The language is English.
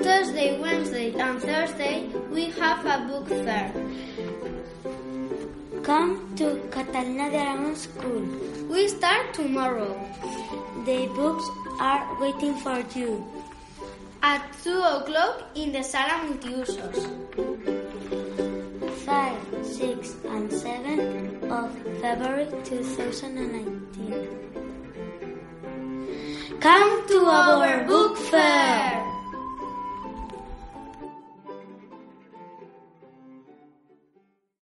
Tuesday, Wednesday, and Thursday, we have a book fair. Come to Catalina de Aragon School. We start tomorrow The books are waiting for you. at 2 o'clock in the Sala Multiusos. 5, 6, and 7 of February 2019. Come to our book fair!